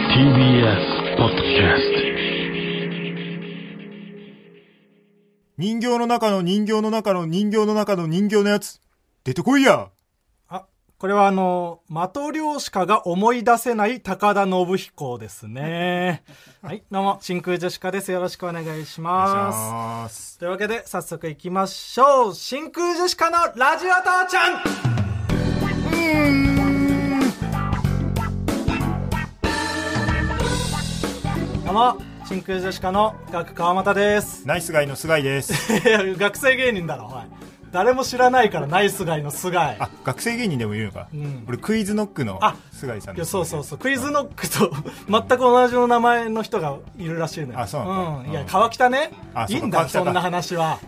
TBS ポッドキャス人形の中の人形の中の人形の中の人形のやつ。出てこいやあ、これはあの、的漁師家が思い出せない高田信彦です ね。はい、どうも、真空ジェシカです。よろしくお願いします。ます。というわけで、早速行きましょう。真空ジェシカのラジオ父ちゃんどうも、真空ジェシカのガク川又です。 ナイスガイの菅井です。いや学生芸人だろ、おい。誰も知らないから、ナイスガイの菅井。あ、学生芸人でもいるのか。ん俺、クイズノックのあ菅井さんいでやすそうそうそうクイズノックと 全く同じの名前の人がいるらしいのよあそうなんだん、いやうん川北ねあそういいかんだよ川北そかんな話は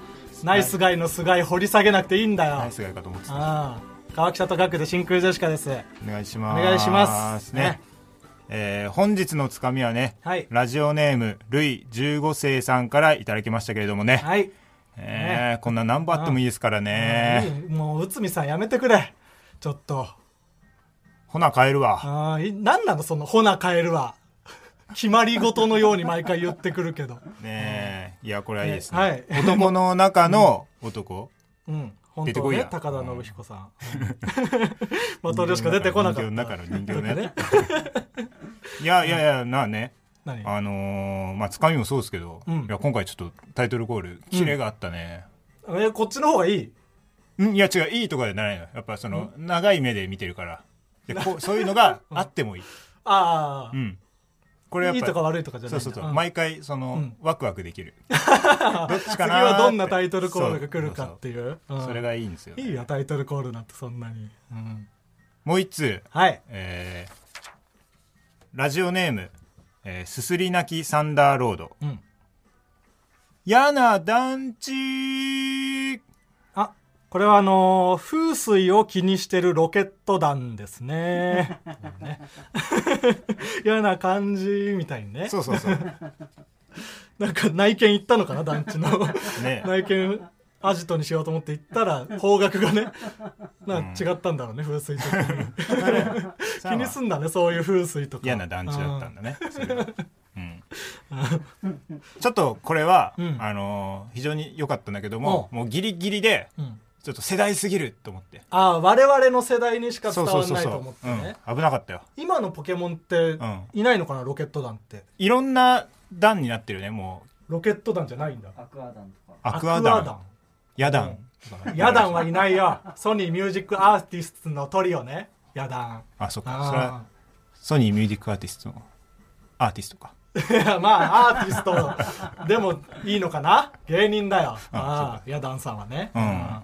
ナイスガイの菅井掘り下げなくていいんだよ、ナイスガイかと思ってた。ああ川北とガクで真空ジェシカですお願いしおます。願いしますね。えー本日のつかみはね、はいラジオネーム、ルイ15世さんからいただきましたけれどもね。はい、えーこんな何番あってもいいですからね。いいもう内海さんやめてくれちょっとほな、帰るわ。ああい何なのその「ほなカエルは」 決まり事のように毎回言ってくるけどねえいや、これはいいですね。はい男の中の男。うん本出て当こいねや高田信彦さん 的漁師か出てこなかった人形の中の人形ねね。いやいやいや、なあね。何あのーまあ、つかみもそうですけど、うんいや今回ちょっとタイトルコール、キレがあったね。えこっちの方がいいうん、いや違う、いいとかじゃないのよ。やっぱその、長い目で見てるから。い やこうそういうのがあってもいい。ああ、うん。これやっぱいいとか悪いとかじゃなそうんいだそうそう。ん毎回、その、うんワクワクでき る。どっちか次なーってはどんなタイトルコールが来るかってそういうそううんそれがいいんですよ、いいよタイトルコールなんてそんなに、うんもう一通。はいえーラジオネーム、えーすすり泣きサンダーロード。うんやな団地あこれはあのー風水を気にしてるロケット弾で すねね 嫌な感じみたいにねそうそうそう。なんか内見行ったのかな団地 の ね内見アジトにしようと思って行ったら方角がねなんか違ったんだろうね、風水的に 気にすんだねそういう風水とか嫌な団地だったんだね。それがうん、ちょっとこれは、うんあのー非常に良かったんだけども、もうギリギリで、うんうんちょっと世代すぎると思って。ああ我々の世代にしかそ伝うそわうらそうそないとう、思ってうねん。危なかったよ。今のポケモンってんいないのかなロケット団っていろんな団になってるよね、もう。ロケット団じゃないんだアクアダンとかアクア団。ヤダン。ヤダンはいないよソニーミュージックアーティストのトリオねヤダンあ、そっか。それはあソニーミュージックアーティストのアーティストか。ーいや まあアーティストでもいいのかな芸人だよああヤダンさんはねうん。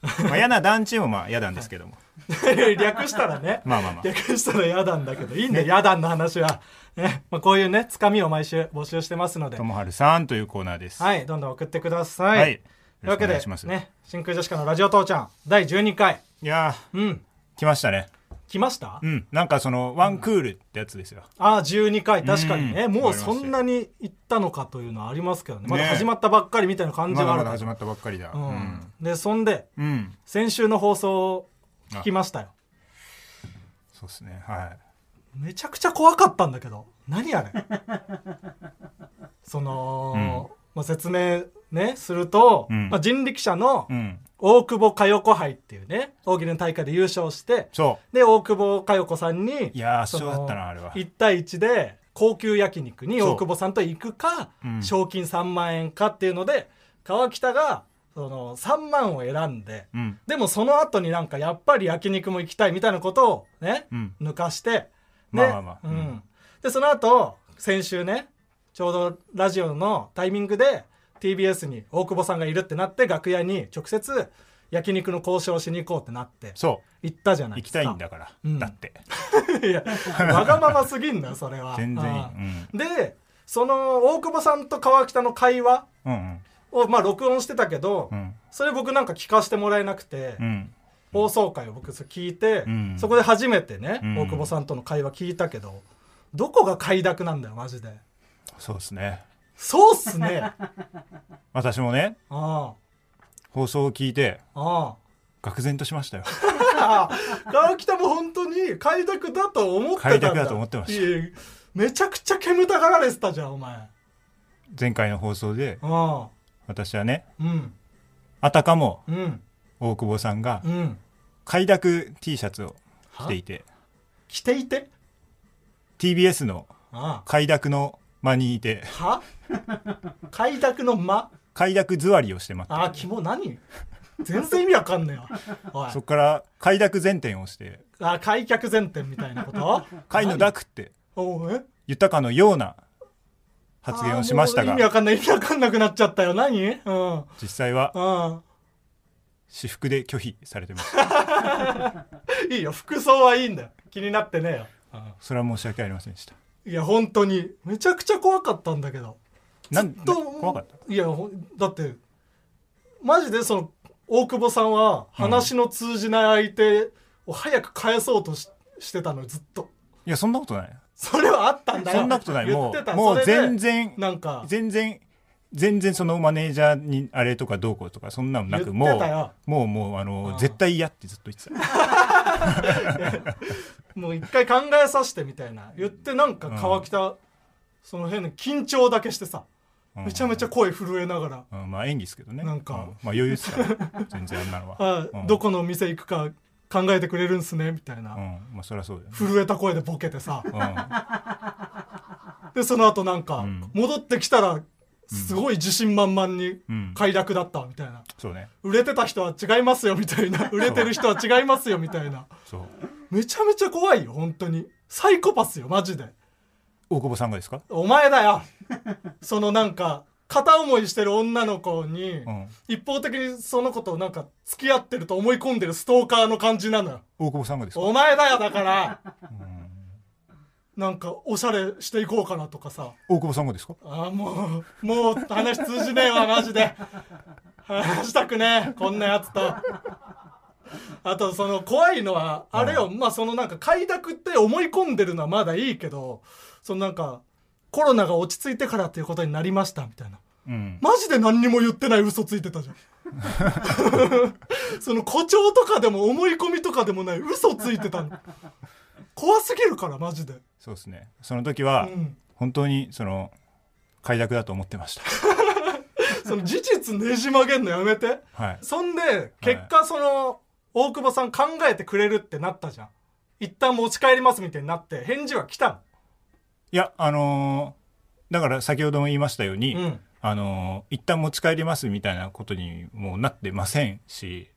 まあ、嫌な団地もまあ嫌なんです けども。うん略したらねまあまあまあ。略したらヤダンだけどいいんだよヤダンの話は、ねまあ、こういうねつかみを毎週募集してますのでともはるさんというコーナーです。はい、どんどん送ってください。はいというわけよでろしくお願いします、ね、真空ジェシカのラジオ父ちゃん、第12回。いやうん、ー、来ましたね。来ました、うん。なんかその、ワンクールってやつですよ。ああ、12回、確かにね、うんもうそんなに行ったのかというのはありますけどね、まだね始まったばっかりみたいな感まじがだまあるだから始まったばっかりだ。ううんん。で、そんで、うん。先週の放送を聞きましたよ。そうですね。はい。めちゃくちゃ怖かったんだけど、何あれその、まあ、説明ね、すると、うんまあ、人力車のうん。大久保佳代子杯っていうね、大喜利の大会で優勝して、そで大久保佳代子さんにいやーそ圧勝のだったなあれは1対1で高級焼肉に大久保さんと行くか、そううん賞金3万円かっていうので川北がその3万を選んで、う。うん。でもその後になんかやっぱり焼肉も行きたいみたいなことをね、うん抜かしてで、まあまあまあうんうんでその後先週ねちょうどラジオのタイミングで TBS に大久保さんがいるってなって楽屋に直接焼肉の交渉をしに行こうってなってそ行ったじゃう。ない行できすかたいんだから。うんだって。 いや、わがまますぎんな、それは。全然いい。ああで、その、大久保さんと川北の会話うん。うんを、まあ、録音してたけど、うん。それ僕なんか聞かせてもらえなくて、うん。放送回を僕それ聞いて、うんそこで初めてね、うん大久保さんとの会話聞いたけど、どこが快諾なんだよ、マジで。そうですね。そうっ すね。あ私もね、あ、放送を聞いて、あ愕然としましたよ。 あ。川北も本当に快諾だと思ってた快んだ。諾だと思ってましたいやめちゃくちゃ煙たがられてたじゃんお前前回の放送であ私はねあうんあたかもうん大久保さんがうん快諾 T シャツを着ていて着ていて TBS のあ快諾の間にいてあは快諾の間快諾座りをして待ってああ肝何全然意味わかんねえわおいそこから快諾前転をしてあー開脚前転みたいな こと快の諾っておうえ言ったかのような発言をしましたあーもう意味わがかんない意味わかんなくなっちゃったよ何うんうん実際は私服で拒否されてま したいいよ服装はいいんだよ気になってねえよそれは申し訳ありませんでしたいや本当にめちゃくちゃ怖かったんだけどなんずっとな怖かったいやほんだってマジでその大久保さんは話の通じない相手を早く返そうとししてたのよずっといやそんなことないそれはあったんだよそんなことない言っもてたうもうそれで全然なんか全然全然そのマネージャーにあれとかどうこうとかそんなのなく言っもてたようもうもうあのうん絶対嫌ってずっと言ってたもう一回考えさせてみたいな言ってなんか川北、その辺の緊張だけしてさ、うんめちゃめちゃ声震えながら、うんまあ演技ですけどねなんかうまあ余裕ですから全然あんなのはあうんどこのお店行くか考えてくれるんすねみたいな、うんまあそりゃそうだよね震えた声でボケてさうんでその後なんか、うん戻ってきたらすごい自信満々にうん快楽だったみたいな、そうね売れてた人は違いますよみたいな売れてる人は違いますよみたいなそうめちゃめちゃ怖いよ本当にサイコパスよマジで大久保さんがですかお前だよそのなんか片思いしてる女の子に、うん一方的にその子となんか付き合ってると思い込んでるストーカーの感じなのよ大久保さんがですかお前だよだからなんかおしゃれしていこうかなとかさ大久保さんがですかああもうもう話通じねえわマジで話したくねえこんなやつとあとその怖いのはあれよまあそのなんか快諾って思い込んでるのはまだいいけどそのなんかコロナが落ち着いてからっていうことになりましたみたいなうんマジで何にも言ってない嘘ついてた じゃん。その誇張とかでも思い込みとかでもない嘘ついてたの。怖すぎるからマジで。そうですねその時うはん。本当にその快諾だと思ってましたその事実ねじ曲げんのやめて。はいそんで、結果その、大久保さん考えてくれるってなったじゃん。一旦持ち帰りますみたいになって、返事は来たいやあのーだから先ほども言いましたように、の。うん。あのー一旦持ち帰りますみたいなことにもうなってませんし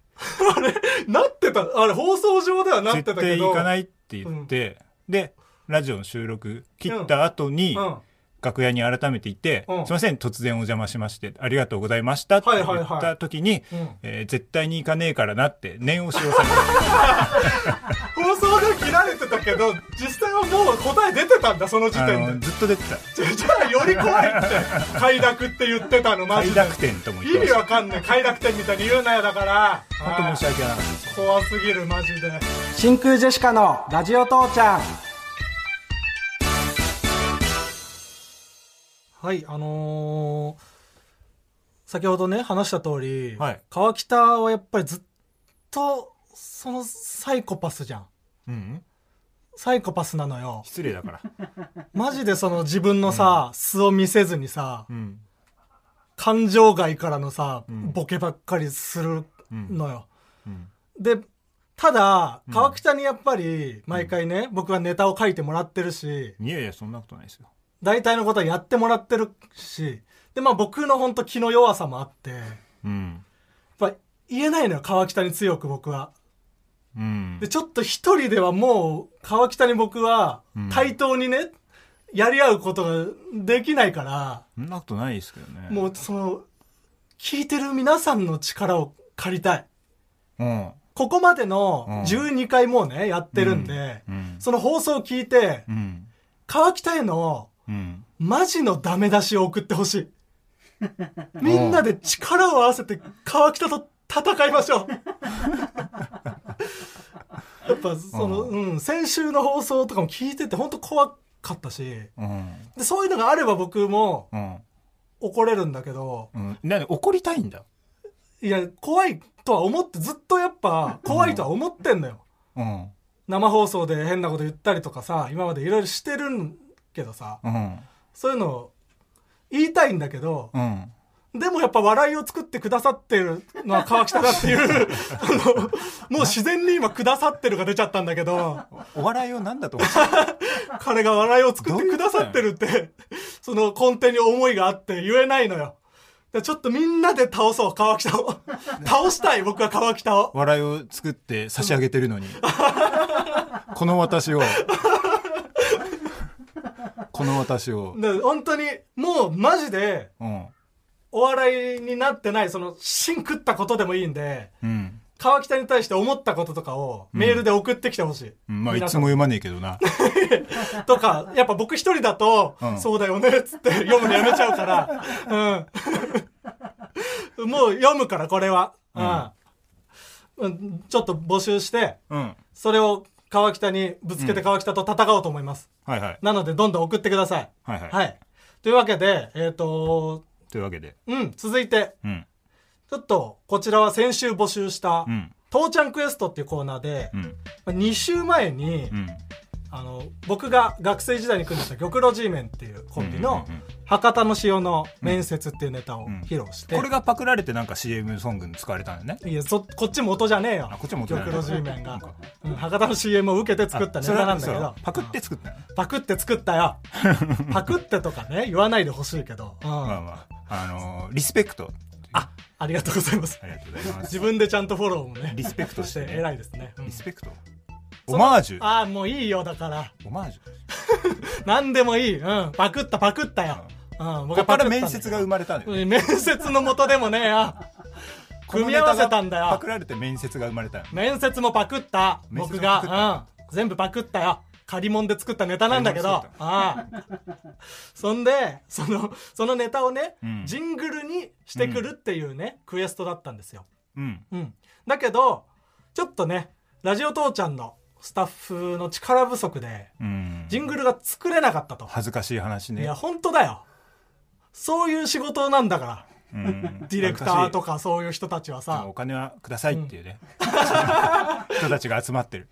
なってた。あれ、放送上ではなってた絶け対ど。。行かないいって言って、でラジオの収録切った後に、うん。楽屋に改めて行って、うんすいません突然お邪魔しましてありがとうございましたって言はいはいはいった時に、うんえー絶対に行かねえからなって念押しをされた放送では切られてたけど、実際はもう答え出てたんだ、その 時あ点で。のずっと出てたじゃあより怖いって快諾って言ってたのマジ快で楽天とも言意ってま味したわかんない快楽天みたいに言うなよだから本当申し訳なかったですあー怖すぎるマジで真空ジェシカのラジオ父ちゃんはいあのー先ほどね話した通り、はい川北はやっぱりずっとそのサイコパスじゃんうんうんサイコパスなのよ失礼だからマジでその自分のさ、素を見せずにさうん感情外からのさ、んボケばっかりする のよ、うんでただ川北にやっぱり毎回ね、僕はネタを書いてもらってるしいやいやそんなことないですよ大体のことはやってもらってるしでまあ僕の本当気の弱さもあってやっうんぱ言えないのよ川北に強く僕はうんでちょっと一人ではもう川北に僕はうん対等にね、やり合うことができないからそんなことないですけどねもうその聞いてる皆さんの力を借りたいうんここまでのうん12回もうねやってるんで、うんその放送を聞いて、うん川北へのうんマジのダメ出しを送ってほしい。みんなで力を合わせて川北と戦いましょう。やっぱその、ううん、先週の放送とかも聞いてて本当怖かったし、でうんそういうのがあれば僕もうん怒れるんだけど、うんなんで怒りたいんだいや、怖いとは思って、ずっとやっぱ怖いとは思ってんのよ。うん生放送で変なこと言ったりとかさ今までいろいろしてるけどさ、うんそういうのを言いたいんだけど、うんでもやっぱ笑いを作ってくださってるのは川北だっ ていう、あの、もう自然に今くださってるが出ちゃったんだけど、お笑いを何だと思って彼が笑いを作ってくださってるって、その根底に思いがあって言えないのよ。でちょっとみんなで倒そう、川北を。 倒したい、僕は川北を。笑いを作って差し上げてる のにこの私をこの私をで本当に、もうマジで、うんお笑いになってない、その、芯食ったことでもいいんで、うん川北に対して思ったこととかをメールで送ってきてほしい。うんまあいつも皆さん読まねえけどなとか、やっぱ僕一人だと、うんそうだよねっつって読むのやめちゃうから、うん。 もう読むから、これは。うん。うんちょっと募集して、うんそれを川北にぶつけて川北と戦おうと思います。はいはいなので、どんどん送ってください。はいはいというわけで、えっ、と、というわけでうん、続いて、うんちょっと、こちらは先週募集した、うん父ちゃんクエストっていうコーナーでう、ん2週前に、うんあの僕が学生時代に組んでた「玉露 G メン」っていうコンビのうんうんうん博多の塩の面接っていうネタをうん披露して、これがパクられてなんか CM ソングに使われたんだよねいやそこっち元じゃねえよあこっちも元じゃない玉露 G メンがなんか、うん博多の CM を受けて作ったネそれタはなんだけそうどパクって作ったのパクって作っ たよパクってとかね言わないでほしいけど、うんまあまああのーリスペクトあありがとうございますありがとうございま す自分でちゃんとフォローもねリスペクトししててね 偉いですね、うんリスペクトオマージュああもういいよだからオマージュ何でもいい、うん、パクったパクったよ、うこん、僕こはかパクらったんだけ面ど接が生まれたのよねうん面接のもとでもねえよ組み合わせこたんだのネタがパよクられて面接が生まれたの面接もパクった面接僕もパクったが、うん、全部パクったよ借り物で作ったネタなんだけど借りああそんでそのそのネタをね、うんジングルにしてくるっていうね、クエストだったんですよ、うんうん、だけどちょっとねラジオ父ちゃんのスタッフの力不足でうんジングルが作れなかったと、恥ずかしい話いねや本当だよそういう仕事なんだからうん ディレクターとかそういう人たちはまあさお金はくださいっていう ね、人たちが集まってる、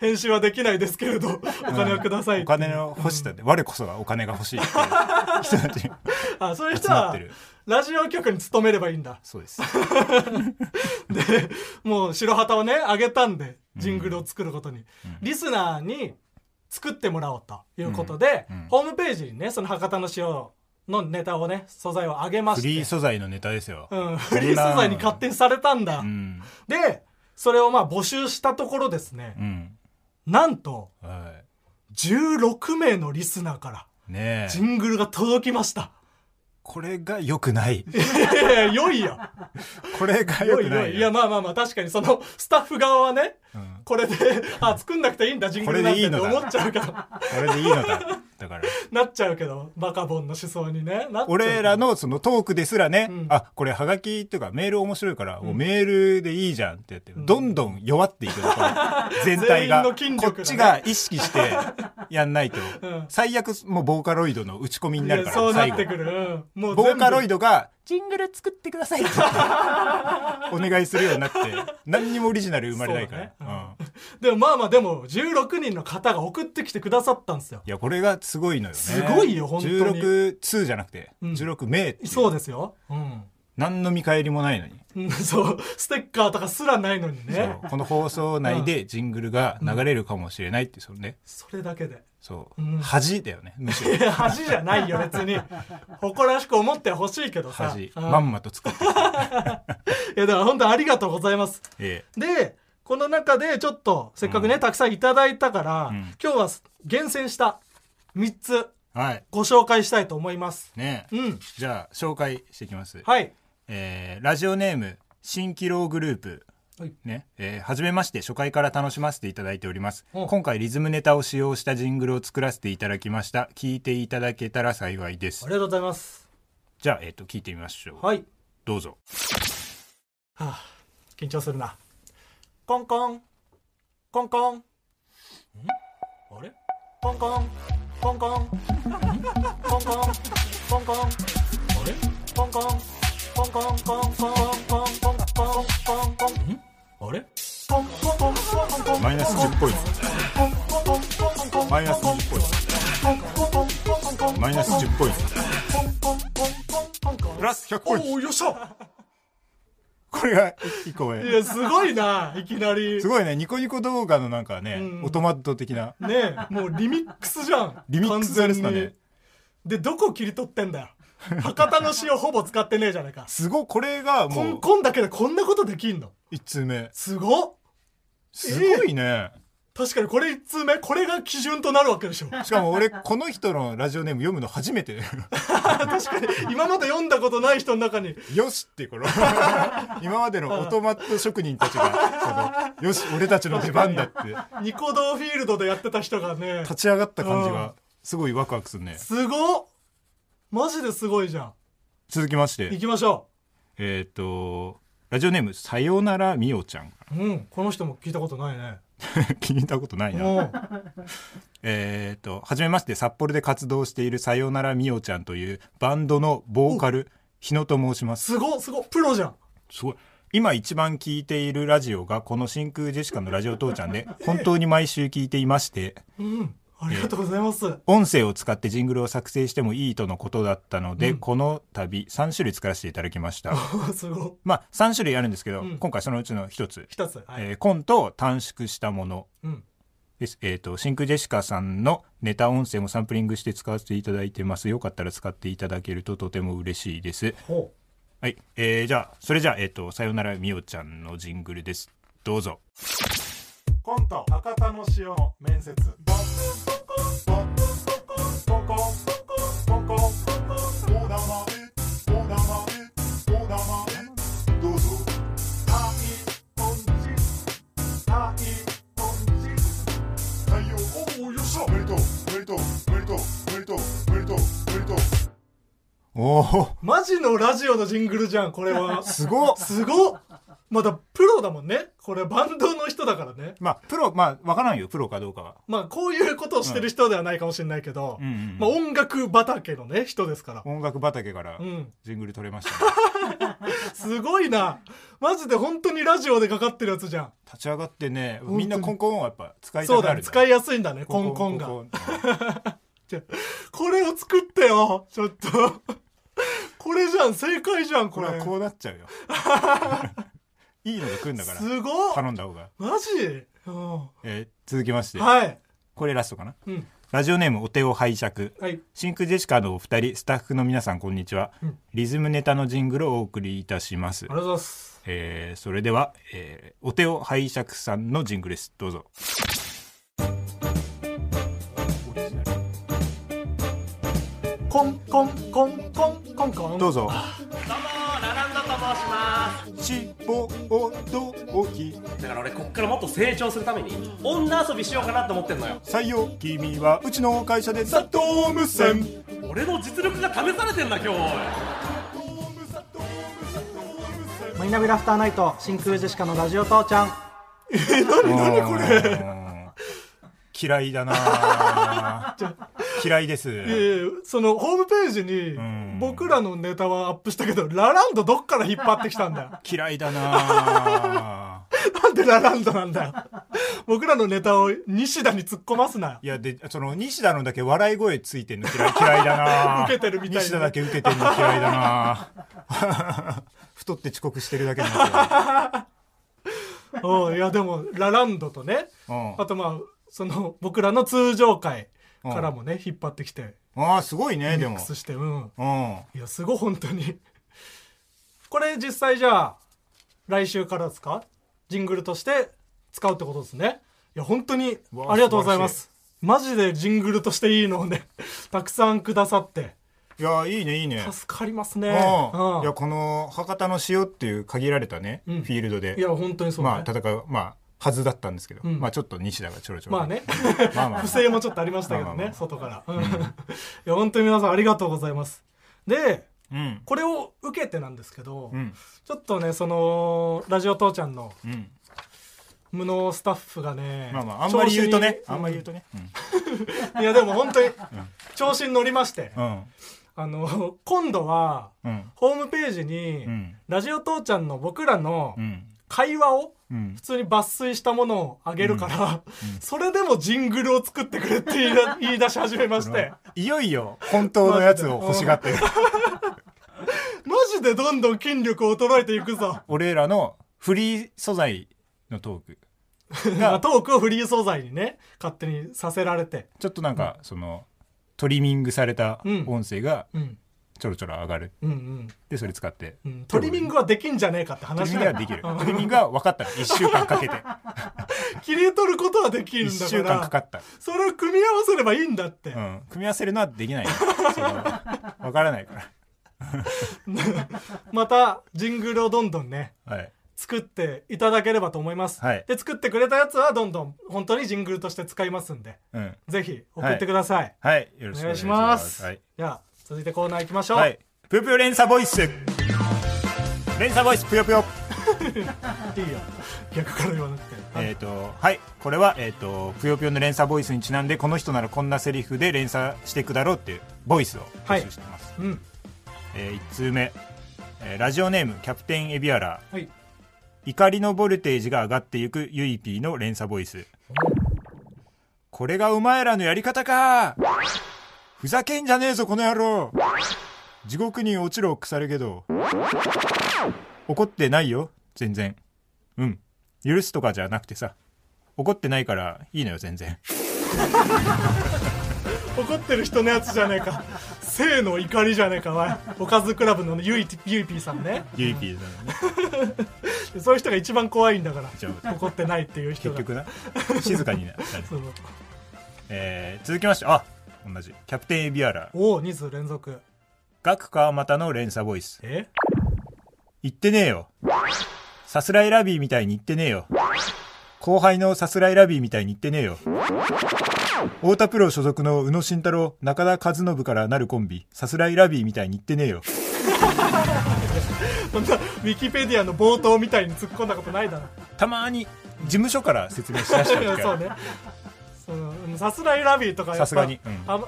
編集はできないですけれどお金をくださいお金の欲しさで、我こそはお金が欲しいっていう人た ちあそういう人集まっはてるラジオ局に勤めればいいんだそうですでもう白旗をねあげたんでジングルを作ることに、リスナーに作ってもらおうということで、うんうんホームページにねその博多の塩のネタをね素材をあげましフてリー素材のネタです よ、うん、フリー素材に勝手にされたんだ、うんでそれをまあ募集したところですねう、んなんとは16名のリスナーからいねジえングルが届きま した。これが良くないいやいや良いよ。これが良良く いな良いい。いや、まあまあまあ、確かにその、スタッフ側はね、うんこれで、あ、作んなくていいんだ、ジングルなんてって思っちゃうから、これでいいのだだからなっちゃうけど、バカボンの思想にね、なっちゃう俺ら、のそのトークですらね、うんあこれハガキっていうかメール面白いから、もうメールでいいじゃんって言って、どんどん弱っていくの これ全体が全員の筋力がねこっちが意識してやんないと、ん最悪もうボーカロイドの打ち込みにいなるかやらそうな最ってく後る。うんもうボーカロイド。ドがジングル作ってくださいって お願いするようになって何にもオリジナル生まれないからそうだねうんでもまあまあ、でも、16人の方が送ってきてくださったんですよ。いやこれがすごいのよねすごいよ本当に16通じゃなくてうん16名っていうそうですよ。うん。何の見返りもないのにうんそう、ステッカーとかすらないのにね。そうこの放送内でジングルが流れるかもしれないってそのねそれだけで。そう、うん恥だよねむしろいや恥じゃないよ、別に。誇らしく思ってほしいけど さ。恥うんまんまと作 ってきた、いや、だから本当ありがとうございます。えで、この中でちょっと、せっかくね、たくさんいただいたから、うん今日は厳選した3つえはいご紹介したいと思います。ねえうん。じゃあ紹介していきます、はい。えーラジオネーム新気楼グループはいねえーはじめまして初回から楽しませていただいておりますうん今回リズムネタを使用したジングルを作らせていただきました聞いていただけたら幸いであすりがとうございます。じゃあ、えっと聞いてみましょう、はい。どうぞはあ、緊張するな。コンコン。コンコン。んあれコンコン。コンコン。んコンコン。コンコン。あれコンコン。コンコンコンコンコンコンコンコンコン。んあれコンコンコンコンコンコンコンコンマイナス10ポイントマイナス10ポイントマイナス10ポイント。プラス100ポイント。おおよっしゃこれが1個い目。やすごいないきなりすごいね、ニコニコ動画のなんかねう、んオトマット的な。ねえもうリミックスじゃんリミックスですかね完全にでどこ切り取ってんだよ博多の塩ほぼ使ってねえじゃないかすごい、これがコもうンコンだけでこんなことできんの1通目。すごっすごいね。確かにこれ1通目これが基準となるわけでしょしかも俺、この人のラジオネーム読むの初めて。 確かに今まで読んだことない人の中によしってこの 今までのオトマット職人たちがそのよし俺たちの出番だってニコ動フィールドでやってた人がね立ち上がった感じうんがすごいワクワクするねすごっマジですごいじゃん続きまし行てきましょえっ、とラジオネーム「さよならみおちゃん ううんこの人も聞いたことないね」聞いたことないなうんえっと初めまして札幌で活動している「さよならみおちゃん」というバンドのボーカル日野と申しますすごっすごっプロじゃんすごい今一番聞いているラジオがこの真空ジェシカのラジオ父ちゃんで 本当に毎週聞いていましてうんありがとうございます、音声を使ってジングルを作成してもいいとのことだったので、この度3種類作らせていただきました すごっまあ3種類あるんですけど、うん今回そのうちの1つ、一つはい、えーコントを短縮したものうんですえっ、と真空ジェシカさんのネタ音声もサンプリングして使わせていただいてますよかったら使っていただけるととても嬉しいですほはい、えー、じゃあそれじゃあ、えっと「さよならみおちゃん」のジングルですどうぞコント博多の塩の面接ポンコンポンコンポンコンお名前お名前お名前どうぞあいおんちあいおんち太陽おおよっしゃウェルトウェルトウェルトウェルトウェルトウェルトおおうマジのラジオのジングルじゃんこれはすごっすごっまだプロだもんねこれバンドの人だからねまあプロまあ分からんよプロかどうかはまあこういうことをしてる人ではないかもしれないけど、うんうんうんまあ音楽畑のね人ですから音楽畑からうんジングル取れました、 ねすごいなマジで本当にラジオでかかってるやつじゃん立ち上がってねにみんなコンコンはやっぱ使いたそうくだなねる使いややすいんだねコンコンがじゃこれを作ってよちょっと これじゃん正解じゃんここれれはこうなっちゃ うよいいのが来るんだからすごっ頼んだ方が、マジ、うんえー続きましてはい、これラストかなうん、ラジオネームお手を拝借はい真空ジェシカのお二人スタッフの皆さんこんにちは、うんリズムネタのジングルをお送りいたしますありがとうございますえーそれでは、えーお手を拝借さんのジングルですどうぞコンコンコンコンコンコンどうぞぞラランドと申しますしぼおどおきだから俺こっからもっと成長するために女遊びしようかなって思ってんのよ採用君はうちの会社で佐藤無線俺の実力が試されてんだ今日おいマイナビラフターナイト真空ジェシカのラジオ父ちゃん何これ嫌いだな ぁ嫌いですえーそのホームページにん僕らのネタはアップしたけどラランドどっから引っ張ってきたんだよ嫌いだなぁなんでラランドなんだよ僕らのネタを西田に突っ込ますなよいやでその西田のだけ笑い声ついてんの嫌い嫌いだなぁ 受けてるみたいに西田だけ受けてんの嫌いだな ぁ太って遅刻してるだけになってるうんいやでもラランドとねうんあとまあその僕らの通常回からもね引っ張ってきてああすごいねでミッもクスしてうんうんいやすごい本当にこれ実際じゃあ来週からですかジングルとして使うってことですねいや本当にうわありがとうございますマジでジングルとしていいのをねたくさんくださっていやいいねいいね助かりますねううんんいやこの博多の塩っていう限られたね、うんフィールドでいや本当にそうまあね戦うまあはずだったんですけど、うんまあちょっと西田がちょろちょろまあ ねま あまあ不正もちょっとありましたけどまあまあまねあ外からうんいや本当に皆さんありがとうございますでうんこれを受けてなんですけどうんちょっとねそのラジオ父ちゃんのうん無能スタッフがねまあまああんまり言うとね調子にあんまり言うとねうんいやでも本当に調子に乗りまして、うんあの今度はうんホームページにうんラジオ父ちゃんの僕らのうん会話をうん普通に抜粋したものをあげるから、それでもジングルを作ってくれって言いだ言い出し始めましていよいよ本当のやつを欲しがってるマジでどんどん筋力衰えていくぞ俺らのフリー素材のトークま あトークをフリー素材にね勝手にさせられてちょっとなんかそのトリミングされた音声がうんちょろちょろ上がるうんうんでそれ使ってうんトリミングはできんじゃねえかってトリ話ミンだグよはできるトリミングは分かった1週間かけて 切り取ることはできるんだから1週間かかったそれを組み合わせればいいんだって、 うん、組み合わせるのはできないよそのわからないかまたジングルをどんどんねらはい作っていただければと思います、はいで作ってくれたやつはどんどん本当にジングルとして使いますんでうんぜひ送ってください、はいよろおしくお願願いいししまますすはい、じゃあ続いてコーナー行きましょう、はい、ぷよぷよ連鎖ボイス連鎖ボイスぷよぷよいいよ逆から言わなくて、えっ、とはいこれはえっ、とぷよぷよの連鎖ボイスにちなんでこの人ならこんなセリフで連鎖していくだろうっていうボイスを募集してます、うんえ1通目、えーラジオネームキャプテンエビアラー、はい怒りのボルテージが上がっていくゆいぴーの連鎖ボイスこれがお前らのやり方かふざけんじゃねえぞこの野郎地獄に落ちろ腐るけど怒ってないよ全然うん許すとかじゃなくてさ怒ってないからいいのよ全然怒ってる人のやつじゃねえか性の怒りじゃねえかおいおかずクラブのゆいゆいぴーさんねゆいぴーなのねでそういう人が一番怖いんだかじゃら怒ってないっていう人結が局な静かになったねそのえー続きましてあ同じキャプテンエビアラおお2通連続学川又の連鎖ボイスえ言ってねえよさすらいラビーみたいに言ってねえよ後輩のさすらいラビーみたいに言ってねえよ太田プロ所属の宇野慎太郎中田和信からなるコンビさすらいラビーみたいに言ってねえよそんなウィキペディアの冒頭みたいに突っ込んだことないだろたまに事務所から説明しだした時ある そうねそのうんさすらいラビーとかやっぱさすがにうんああ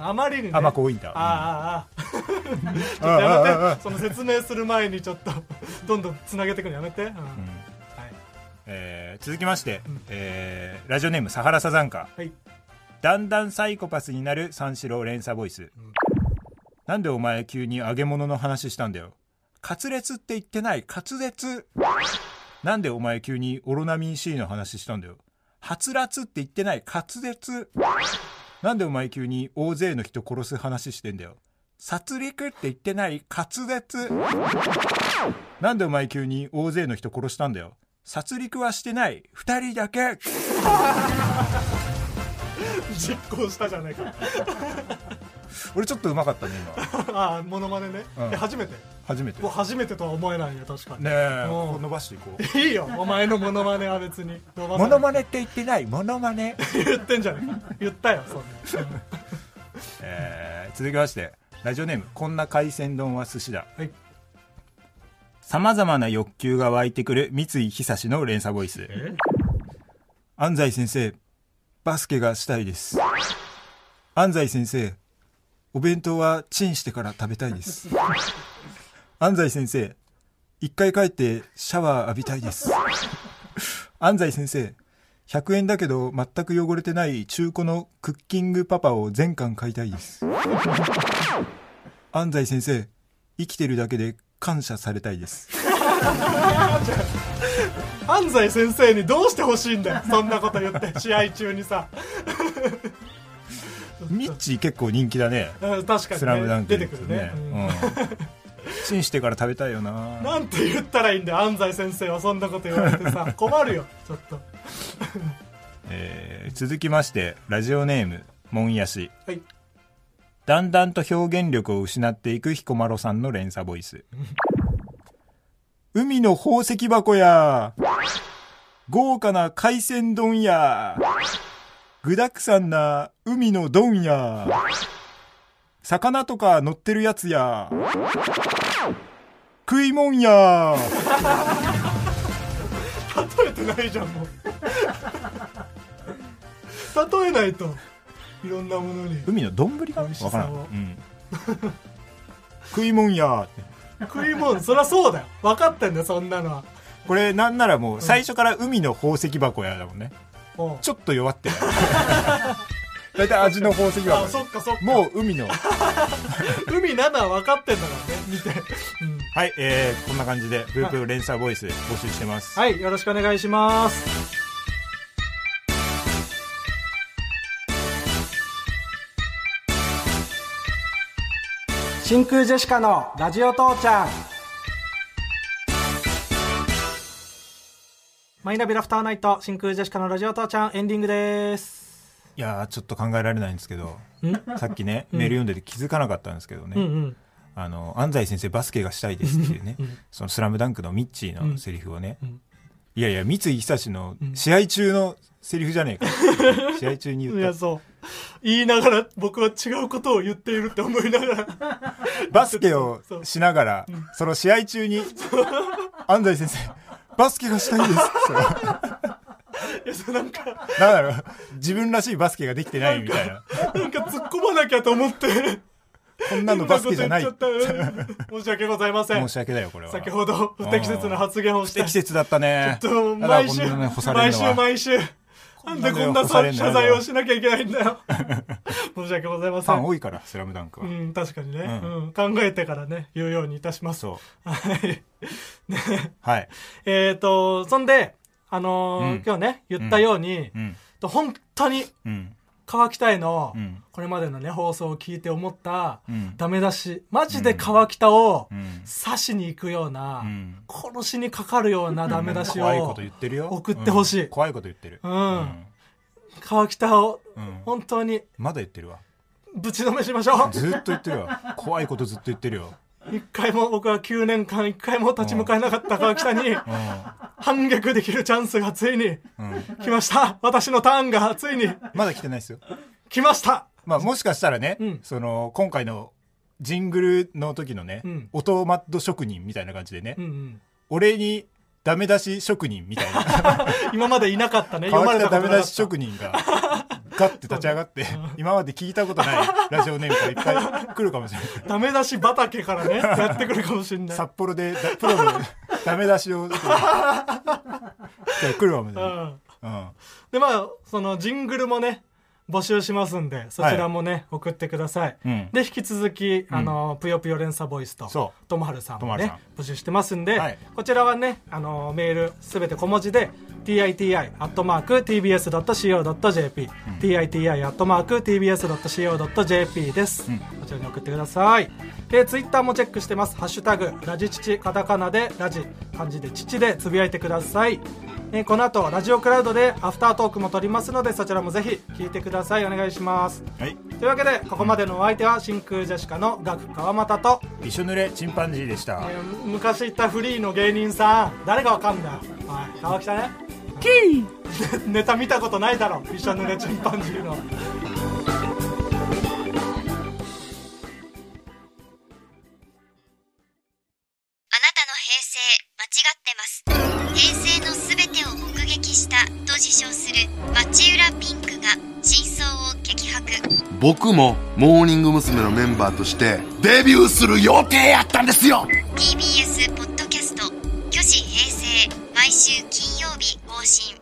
ああまりに、ね、あまこ多いんだああああちょっとああああやあめてその説明する前にちょっとどんどんつなげてくのやめて、うんうんはいえー続きまして、んえーラジオネームサハラサザンカ、はいだんだんサイコパスになる三四郎連鎖ボイス、なんでお前急に揚げ物の話したんだよ滑裂って言ってない滑舌なんでお前急にオロナミン C の話したんだよはつらつって言ってない滑舌なんでお前急に大勢の人殺す話してんだよ殺戮って言ってない滑舌なんでお前急に大勢の人殺したんだよ殺戮はしてない二人だけ実行したじゃないか俺ちょっとうまかったね今ああモノマネね、うんえ初めて初めてもうね初めてとは思えないよ確かに、えうんこう伸ばしていこういいよお前のモノマネは別にモ モノマネって言ってないモノマネ言ってんじゃねえか言ったよそんな、うんえー続きましてラジオネームこんな海鮮丼は寿司だはいさまざまな欲求が湧いてくる三井久志の連鎖ボイス安西先生バスケがしたいです安西先生お弁当はチンしてから食べたいです安西先生一回帰ってシャワー浴びたいです安西先生100円だけど全く汚れてない中古のクッキングパパを全巻買いたいです安西先生生きてるだけで感謝されたいです安西先生にどうしてほしいんだよそんなこと言って試合中にさミッチー結構人気だねうん確かスラムに、ダねン、ク出でていくくとるね、うん チンしてから食べたいよななんて言ったらいいんだよ安西先生はそんなこと言われて さ困るよちょっとえー続きましてラジオネームもんやしはいだんだんと表現力を失っていく彦摩呂さんの連鎖ボイス海の宝石箱や豪華な海鮮丼や具だくさんな海の丼や魚とか乗ってるやつや食いもんや例えてないじゃんもう例えないといろんなものに海の丼か美味しそうわからん、うん、食いもんや食い物そりゃそうだよ分かってんだよそんなのはこれなんならもう最初から海の宝石箱やだもんねおうちょっと弱ってる 大体味の宝石箱あそっかそっかもう海のは海7分かってんだからね見て、うんい、えー、こんな感じでブーブー連鎖ボイス募集してますはいよろしくお願いします真空ジェシカのラジオ父ちゃんマイナビラフターナイト真空ジェシカのラジオ父ちゃんエンディングですいやーちょっと考えられないんですけどさっきねメール読んでて気づかなかったんですけどね、うんうんあの安西先生バスケがしたいですっていうね「 そのスラムダンクのミッチーのセリフをね、いやいや三井久志の試合中のセリフじゃねえか、試合中にい言やったそう言いながら僕は違うことを言っているって思いながらバスケをそうしながらその試合中に安西先生バスケがしたい ですっていやそうなんかなんだろう自分らしいバスケができてないみたいななんか突っ込まなきゃと思ってこんなのバスケじゃないこんこと言っちゃったうん申し訳ございません申し訳だよこれは先ほど不適切な発言をし不て適切だったねちょっとだから毎こん週、なね干され毎るの週は毎週なんでこんな干されさんの謝 罪をしなきゃいけないんだよ申し訳ございまフせァンん多いから「スラムダンクは、うん確かにね、うんうん考えてからね言うようにいたしますそはいねうはい、えっとそんであのーうん今日ね言ったように、うんと本当にうん川北への、うんこれまでのね放送を聞いて思った、うんダメ出しマジで川北をうん刺しに行くような、うん殺しにかかるようなダメ出しを、怖いこと言ってるよ送ってほしいうん怖いこと言ってるうんうん川北をうん本当にまだ言ってるわぶちのめしましょずっと言ってるわ怖いことずっと言ってるよう一回も僕は9年間一回も立ち向かえなかった川北にう反逆できるチャンスがついにんうん来ました私のターンがついにまだ来てないですよ来ましたまあもしかしたらね、うんその今回のジングルの時のね、うん音マッド職人みたいな感じでね、うんうん俺にダメ出し職人みたいな今までいなかったね変 読わまっれたたことダメ出なかっした職人がガッて立ち上がって、今まで聞いたことないラジオネームがいっぱい来るかもしれないダメ出し畑からね やってくるかもしれない札幌でだプロのダメ出しを来るわも うね、うんん、でまあそのジングルもね募集しますんでそちらもね、送ってください、うんで引き続き「あのぷよぷよ連鎖ボイスと」そともはるさんもともはねる募集してますんで、はいこちらはねあのメールすべて小文字で titi.tbs.co.jp、titi.tbs.co.jp です、うんこちらに送ってくださいでツイッターもチェックしてます「ハッシュタグラジ父」カタカナでラジ漢字で父でつぶやいてくださいえーこの後ラジオクラウドでアフタートークも撮りますのでそちらもぜひ聞いてくださいお願いしますはいというわけでここまでのお相手は真空ジェシカのガク川又と、びしょ濡れチンパンジーでした、えー昔いたフリーの芸人さん誰かわかんないおい川北ねキー ネタ見たことないだろ一緒濡れチンパンジーのあなたの平成間違ってます平成のすべてを目撃したと自称する町浦ピンクが真相を激白僕もモーニング娘。のメンバーとしてデビューする予定やったんですよ TBS ポッドキャスト「虚子平成」毎週金曜日更新